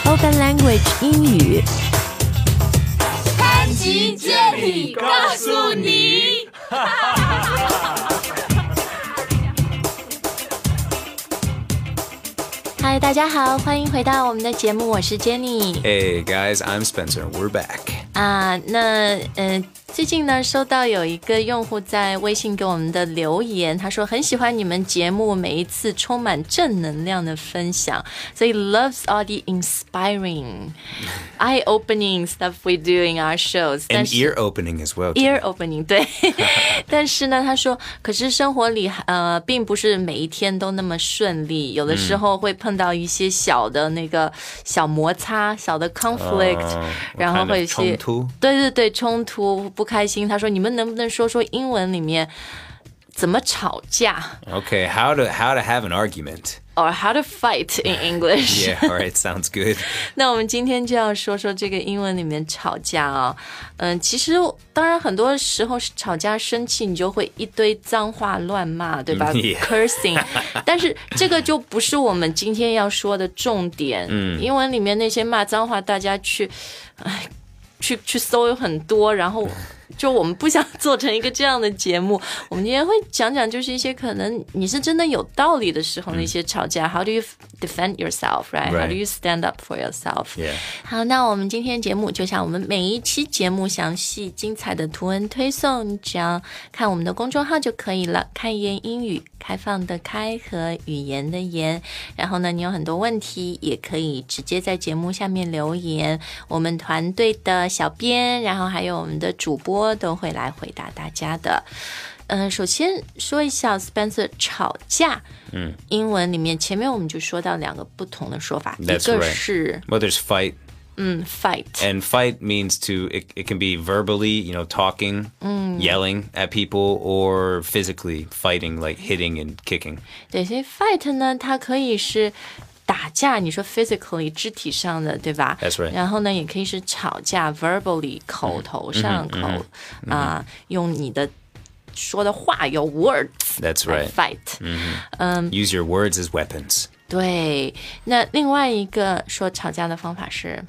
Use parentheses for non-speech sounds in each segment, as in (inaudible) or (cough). Spoken Language 英语。潘吉建里告诉你。 (laughs) 嗨，大家好，欢迎回到我们的节目，我是 Jenny。 Hey guys, I'm Spencer. We're back. 啊，那呃，最近呢，收到有一个用户在微信给我们的留言，他说很喜欢你们节目，每一次充满正能量的分享，所以 loves all the inspiring, eye-opening stuff we do in our shows。但 And 是 ear opening as well. ear opening，对。 (laughs) 但是呢，他说，可是生活里呃，并不是每一天都那么顺利，有的时候会碰到一些小的那个小摩擦、小的 conflict，、哦然后会有一我看些了冲突对对对，冲突不开心。他说，你们能不能说说英文里面怎么吵架 Okay, how to how to have (laughs) an argument. ，or how to fight in English？ Yeah, all right, sounds good. (laughs) 那我们今天就要说说这个英文里面吵架啊、嗯，其实当然很多时候是吵架生气，你就会一堆脏话乱骂，对吧 Yeah ？cursing，但是这个就不是我们今天要说的重点。嗯，英文里面那些骂脏话，大家去，哎，去去搜有很多，然后。就我们不想做成一个这样的节目，我们今天会讲讲，就是一些可能你是真的有道理的时候那些吵架。How do you defend yourself, right? How Right. do you stand up for yourself? Yeah. 好，那我们今天节目就像我们每一期节目详细精彩的图文推送，你只要看我们的公众号就可以了。开言英语，开放的开和语言的言。然后呢，你有很多问题也可以直接在节目下面留言，我们团队的小编，然后还有我们的主播都会来回答大家的。嗯，首先说一下 Spencer 吵架，嗯，英文里面前面我们就说到两个不同的说法， That's 一个 right. 是 Well, there's fight, 嗯 fight， and fight means to it, it can be verbally, you know, talking, Mm. yelling at people, or physically fighting, like hitting and kicking. 对，所以 fight 呢，它可以是打架，你说 physically 肢体上的，对吧 That's right 然后呢，也可以是吵架 verbally 口头上嗯口啊、用你的说的话有 words。 That's 来 right. fight，、 Use your words as weapons. 对。那另外一个说吵架的方法是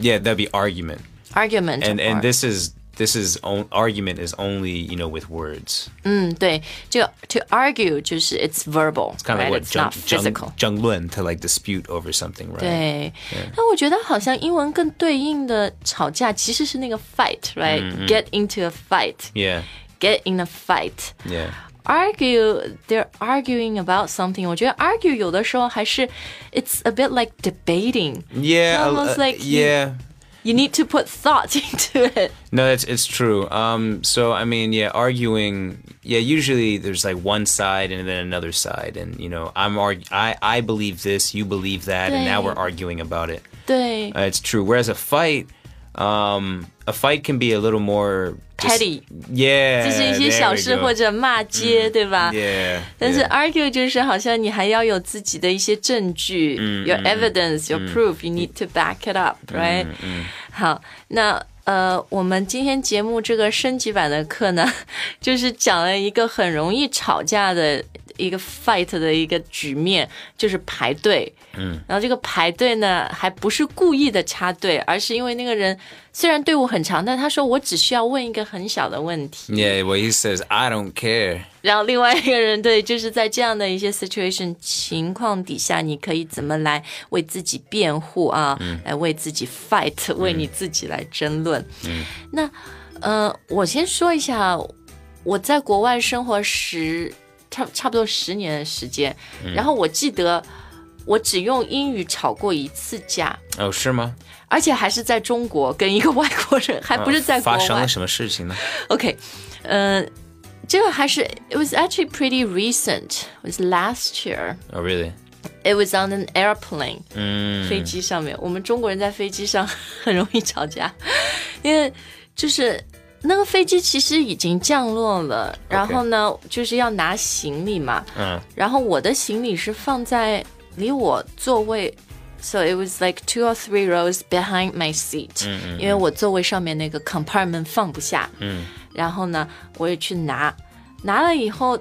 Yeah, that'd be argument. argument， And or- and this is this is on, argument is only you know with words. 嗯，对，就 to argue 就是 it's verbal， It's kind of right? like it's not what physical。 Zheng Lun to like dispute over something, right? 对，那我觉得好像英文更对应的吵架其实是那个嗯 fight，right？Get into a fight，get Yeah, in a fight。 yeah. Argue, they're arguing about something. 我觉得 argue 有的时候还是，it's a bit like debating. Yeah, It's almost uh, like you- yeah. You need to put thought (laughs) into it. No, that's it's true. Um, so I mean, yeah, arguing. Yeah, usually there's like one side and then another side, and you know, I'm arg- I I believe this, you believe that, and now Right. we're arguing about it. 对 Uh, it's true. Whereas a fight, um, a fight can be a little more just- Petty. Yeah, 就是一哎 there 些 we 小事 go. 嗯或者骂街，对吧 Yeah，但是 yeah. argue 就是好像你还要有自己的一些证据，your evidence, your proof, you need to back it up, right？好，那呃，我们今天节目这个升级版的课呢， (laughs) 就是讲了一个很容易吵架的一个 fight 的一个局面，就是排队。嗯，然后这个排队呢，还不是故意的插队，而是因为那个人虽然队伍很长，但他说我只需要问一个很小的问题。 yeah. Well, he says I don't care. 然后另外一个人对，就是在这样的一些 situation 情况底下，你可以怎么来为自己辩护啊？嗯来为自己 fight，为你自己来争论。嗯那呃，我先说一下，我在国外生活十差差不多十年的时间，嗯然后我记得我只用英语吵过一次架， Oh, 是吗？而且还是在中国跟一个外国人，还不是在国发生外了。什么事情呢？ (laughs) Okay. Uh, 这个还是- it was actually pretty recent. It was last year. Oh, really? It was on an airplane. (laughs) 飞机上面，我们中国人在飞机上很容易吵架，因为就是。那个飞机其实已经降落了，然后呢就是要拿行李嘛。嗯。然后我的行李是放在离我座位，so it was like two or three rows behind my seat，、因为我座位上面那个 compartment 放不下。嗯。然后呢，我也去拿，拿了以后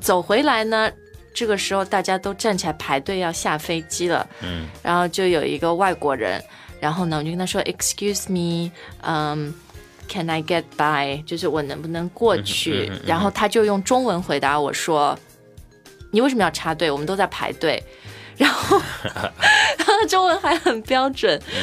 走回来呢，这个时候大家都站起来排队要下飞机了，嗯，然后就有一个外国人，然后呢，我就跟他说，Excuse me，嗯、Can I get by？就是我能不能过嗯去？然后他就用中文回答我说：“你为什么要插队？我们都在排 (laughs) 队。”然后 (laughs) 他的中文还很标准。嗯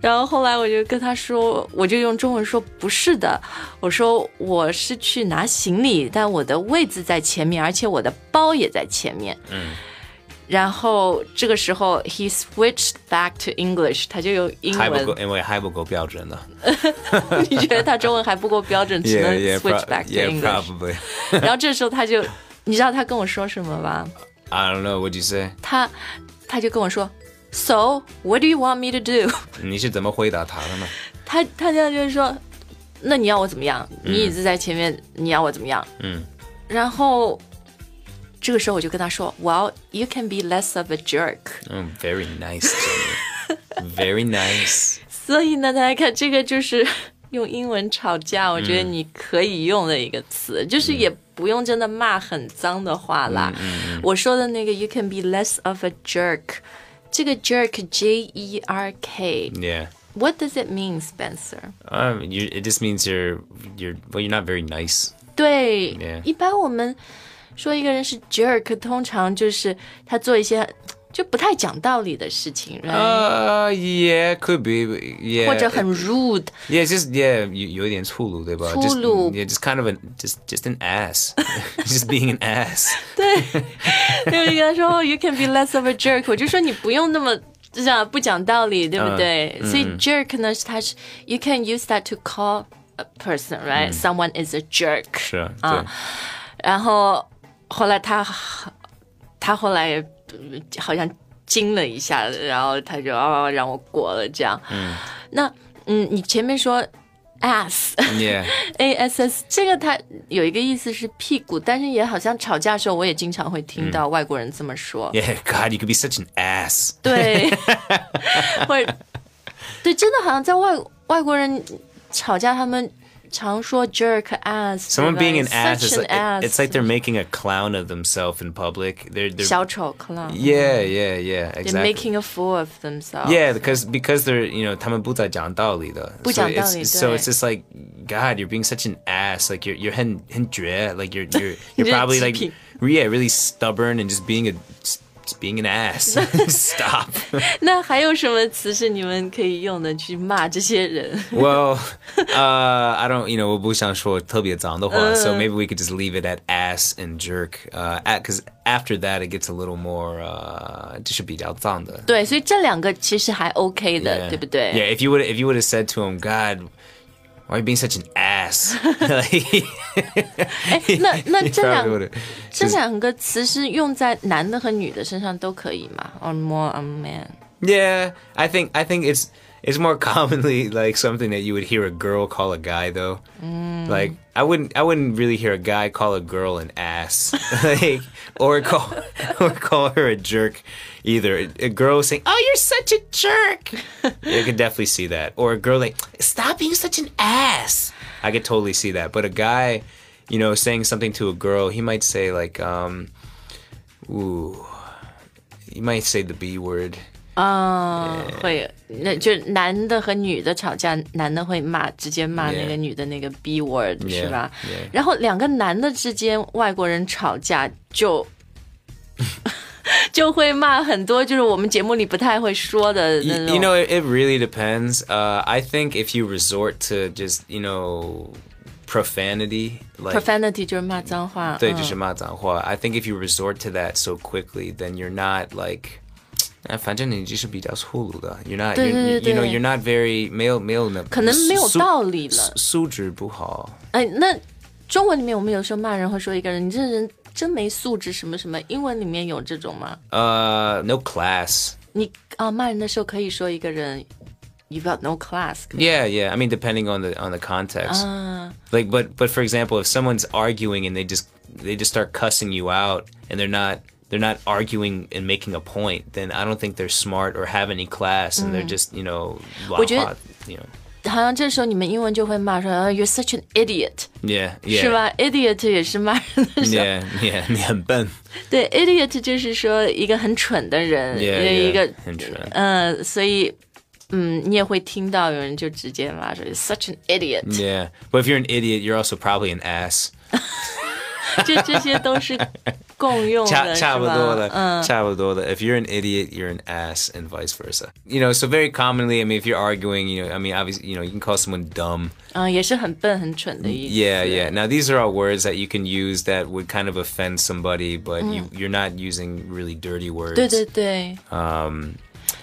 然后后来我就跟他说，我就用中文说：“不是的，我说我是去拿行李，但我的位置在前面，而且我的包也在前面。”嗯。然后这个时候，he switched back to English，他就用英还不文够，因为还不够标准呢。你觉得他中文还不够标准，只 Yeah, 能 yeah, switch pro- back to yeah, English。 probably. 然后这时候他就，你知道他跟我说什么吗？ I don't know. What'd you say? 他他就跟我说，So what do you want me to do？ (laughs) 你是怎么回答他的呢？他他这样就是说，那你要我怎么样？你椅子在前面，你要我怎么样？嗯，然后这个时候我就跟他说，Well you can be less of a jerk。嗯，very Oh, nice, (laughs) Jenny. Very nice. 所以呢，大家看这个就是 (laughs) 用英文吵架，我觉得你可以用的一个词，就是也不用真的骂很脏的话啦。我说的那个 “you can be less of a jerk”，这个 “jerk” J E R K，what Yeah. does it mean，Spencer？ Um, you, it just means you're you're well, you're not very nice. 对 Yeah. 一般我们说一个人是 jerk，通常就是他做一些就不太讲道理的事情 r i g h Uh, yeah, could be. but Yeah. 或者很 rude， Yeah, it's just yeah, you, 有一点粗鲁，对吧？Just- 粗鲁。 Yeah, just kind of an just just an ass. (laughs) just being an ass. 对，我就跟他说、哦 “You can be less of a jerk”，我就说你不用那么这样不讲道理，对不对？所以 jerk 呢，是它是 you can use that to call a person right、someone is a jerk。是啊，啊。然后后来他他后来也好像惊了一下，然后他就哦让我过了这样。嗯，那嗯，你前面说 ass。对 Yeah. (laughs) A S S 这个它有一个意思是屁股，但是也好像吵架的时候，我也经常会听到外国人这么说。 Yeah, God, you could be such an ass. (laughs) 对，或者对，真的好像在外外国人吵架，他们常说 jerk ass，对 Someone 吧 being an Such ass is an like ass it's like they're making a clown of themselves in public. They're they're 小丑 clown，they're Yeah, yeah, yeah, exactly. making a fool of themselves。 Yeah, because because they're you know 他们不再讲道理的，so it's 不讲道理，对。 so it's just like God, you're being such an ass. Like you're you're 很-很倔, like you're (laughs) you're you're probably 你 like 就是极品。 yeah really stubborn and just being a just being (laughs) an ass. Stop. 那还有什么词是你们可以用的去骂这些 (laughs) 人？ well, uh, I don't you know Uh. 我不想说特别脏的话, so maybe we could just leave it at ass and jerk. Uh, because after that it gets a little more uh 就是比较脏的。对，所以这两个其实还 OK 的 Yeah. 对不对 Yeah, if you would if you would have said to him, God, why are you being such an ass? (laughs) like, 哎， (laughs) 那那 he 这两 probably would've- 这两个词是用在男的和女的身上都可以吗？On more on man。 Yeah, I think I think it's it's more (laughs) commonly like something that you would hear a girl call a guy though. Like I wouldn't I wouldn't really hear a guy call a girl an ass, (laughs) like or call (laughs) or call her a jerk either. A girl saying, "Oh, you're such a jerk," you could definitely see that. Or a girl like, "Stop being such an ass." I could totally see that. But a guy, you know, saying something to a girl, he might say like, um, "Ooh," he might say the B word. 啊、嗯会，那就男的和女的吵架，男的会骂，直接骂 Yeah. 那个女的那个 B word 是吧 yeah. 然后两个男的之间，外国人吵架就 (laughs) 就会骂很多，就是我们节目里不太会说的 Y- 那种。You know, it, it really depends. Uh, I think if you resort to just, you know, profanity, like. profanity 就是骂脏话，嗯对，就是骂脏话。I think if you resort to that so quickly, then you're not like. "Ah, 哎，反正你就是比较粗鲁的。You're not, you, you, you know, 对，对，对。 you're not very 没有-没有那-素-可能没有道理了。素质不好。哎，那中文里面我们有时候骂人会说一个人，你这人真没素质什么什么，英文里面有这种吗？ Uh, no class. 你啊、骂人的时候可以说一个人，you got no class， Yeah, yeah. I mean, depending on the on the context. 嗯。 like but but for example if someone's arguing and they just they just start cussing you out and they're not they're not arguing and making a point then i don't think they're smart or have any class and they're just Mm. you know, 我觉得- blah, blah, you know 好像这时候你们英文就会骂说、呃 “You're such an idiot”，、 Yeah, yeah. 是吧？idiot 也是骂人的时候 Yeah, (laughs) yeah. 你很笨。对，idiot 就是说一个很蠢的人 Yeah, uh, 一 yeah. 个很蠢。呃，所以嗯，你也会听到有人就直接骂说 “You're “such an idiot”，、 Yeah. But if you're an idiot, you're also probably an ass. 这这些都是共用 (laughs) Cha- 的，是吧？差不多了，差不多了。If you're an idiot, you're an ass, and vice versa. You know, so very commonly, I mean, if you're arguing, you know, I mean, obviously, you know, you can call someone dumb. 嗯、也是很笨很蠢的意思。 Yeah, yeah. Now, these are all words that you can use that would kind of offend somebody, but you, you're not using really dirty words. 对 (laughs) 对对， Um,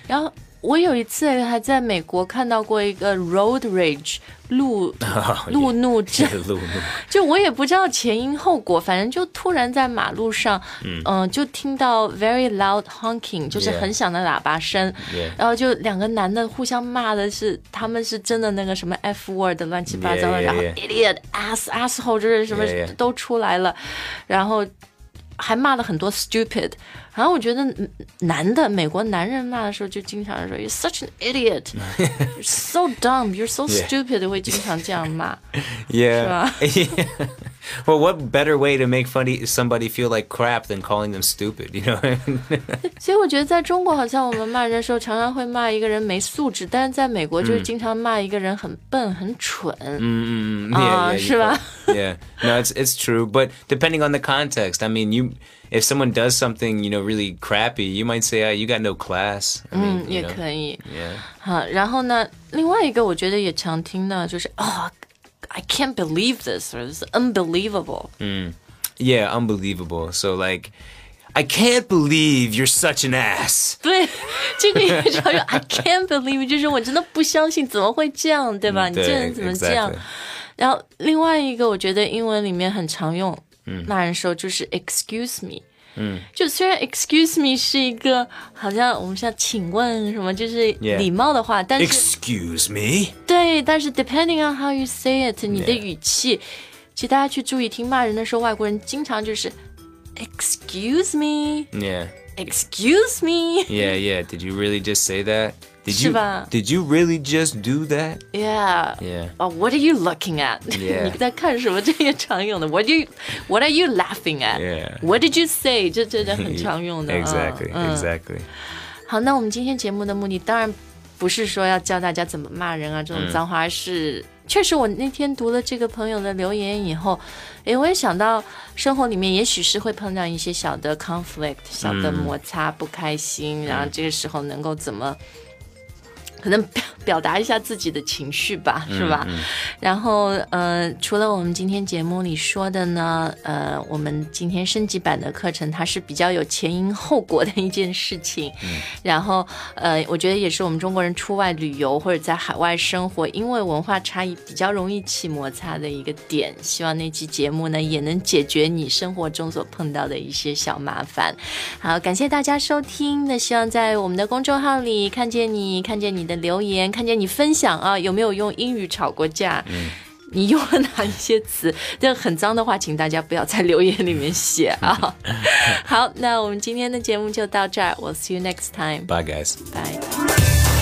然后我有一次还在美国看到过一个 road rage (laughs) 路哦 Oh, 路怒症， (laughs) 就我也不知道前因后果，反正就突然在马路上，嗯、就听到 very loud honking，就是 Yeah. 很响的喇叭声 Yeah. 然后就两个男的互相骂的是他们是真的那个什么 f word 乱七八糟的 Yeah, yeah, 然后 yeah. idiot ass asshole 就是什么 Yeah, yeah. 都出来了然后还骂了很多 stupid，然后我觉得嗯男的美国男人骂的时候就经常说 you're such an (laughs) idiot，you're so dumb，you're so Yeah. stupid，、会经常这样骂。 yeah. (laughs) yeah. Well, what better way to make funny somebody feel like crap than calling them stupid? You know, what I mean? 所以我觉得在中国，好像我们骂人的时候，常常会骂一个人没素质，但是在美国就是经常骂一个人很笨、很蠢。 yeah, yeah, Uh, you sure. probably- yeah. No, it's it's true, but depending on the context, I mean, you if someone does something you know really crappy, you might say, "Ah, you got no class." I mean, 嗯， you 也 know, 可以。 yeah, 好，然后呢，另外一个我觉得也常听到就是哦、i can't believe this” or “This is unbelievable”。 yeah, unbelievable. So like, I can't believe you're such (laughs) an ass. 对，这个也常用。I can't believe，就是我真的不相信，怎么会这样，对吧？你这人怎么这样 exactly. 然后另外一个，我觉得英文里面很常用，骂人时候就是 excuse me。嗯，就虽然 excuse me 是一个好像我们像请问什么，就是礼貌的话但是 Excuse me. 对，但是 depending on how you say it，你的 Yeah. 语气其实大家去注意听骂人的时候，外国人经常就是 excuse me，excuse me，yeah。Yeah, yeah, yeah. Did you really just say that? Did you? 是吧？ Did you really just do that? Yeah. 哦、w h a t are you looking at？ (laughs) Yeah. 你在看什么？这也常用的。What do you What are you laughing at？、 Yeah. What did you say？这 (laughs) 真的很常用的。 exactly, 嗯、嗯 exactly. 好，那我们今天节目的目的当然不是说要教大家怎么骂人啊，这嗯种脏话而是。确实，我那天读了这个朋友的留言以后，诶，我也想到生活里面也许是会碰到一些小的 conflict、小的嗯摩擦、不开心，然后这个时候能够怎么可能 (laughs) 表表达一下自己的情绪吧，是吧？然后，呃，除了我们今天节目里说的呢，呃，我们今天升级版的课程它是比较有前因后果的一件事情。然后，呃，我觉得也是我们中国人出外旅游或者在海外生活，因为文化差异比较容易起摩擦的一个点。希望那期节目呢，也能解决你生活中所碰到的一些小麻烦。好，感谢大家收听。那希望在我们的公众号里看见你，看见你的留言，看见你分享啊，有没有用英语吵过架？你用了哪一些词？但很脏的话，请大家不要在留言里面写啊。好，那我们今天的节目就到这儿，我 see you next time， Bye, guys. 拜。